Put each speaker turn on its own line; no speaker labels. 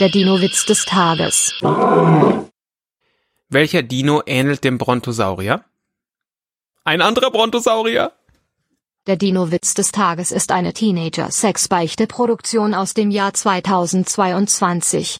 Der Dino-Witz des Tages.
Welcher Dino ähnelt dem Brontosaurier? Ein anderer Brontosaurier?
Der Dino-Witz des Tages ist eine Teenager-Sex-Beichte-Produktion aus dem Jahr 2022.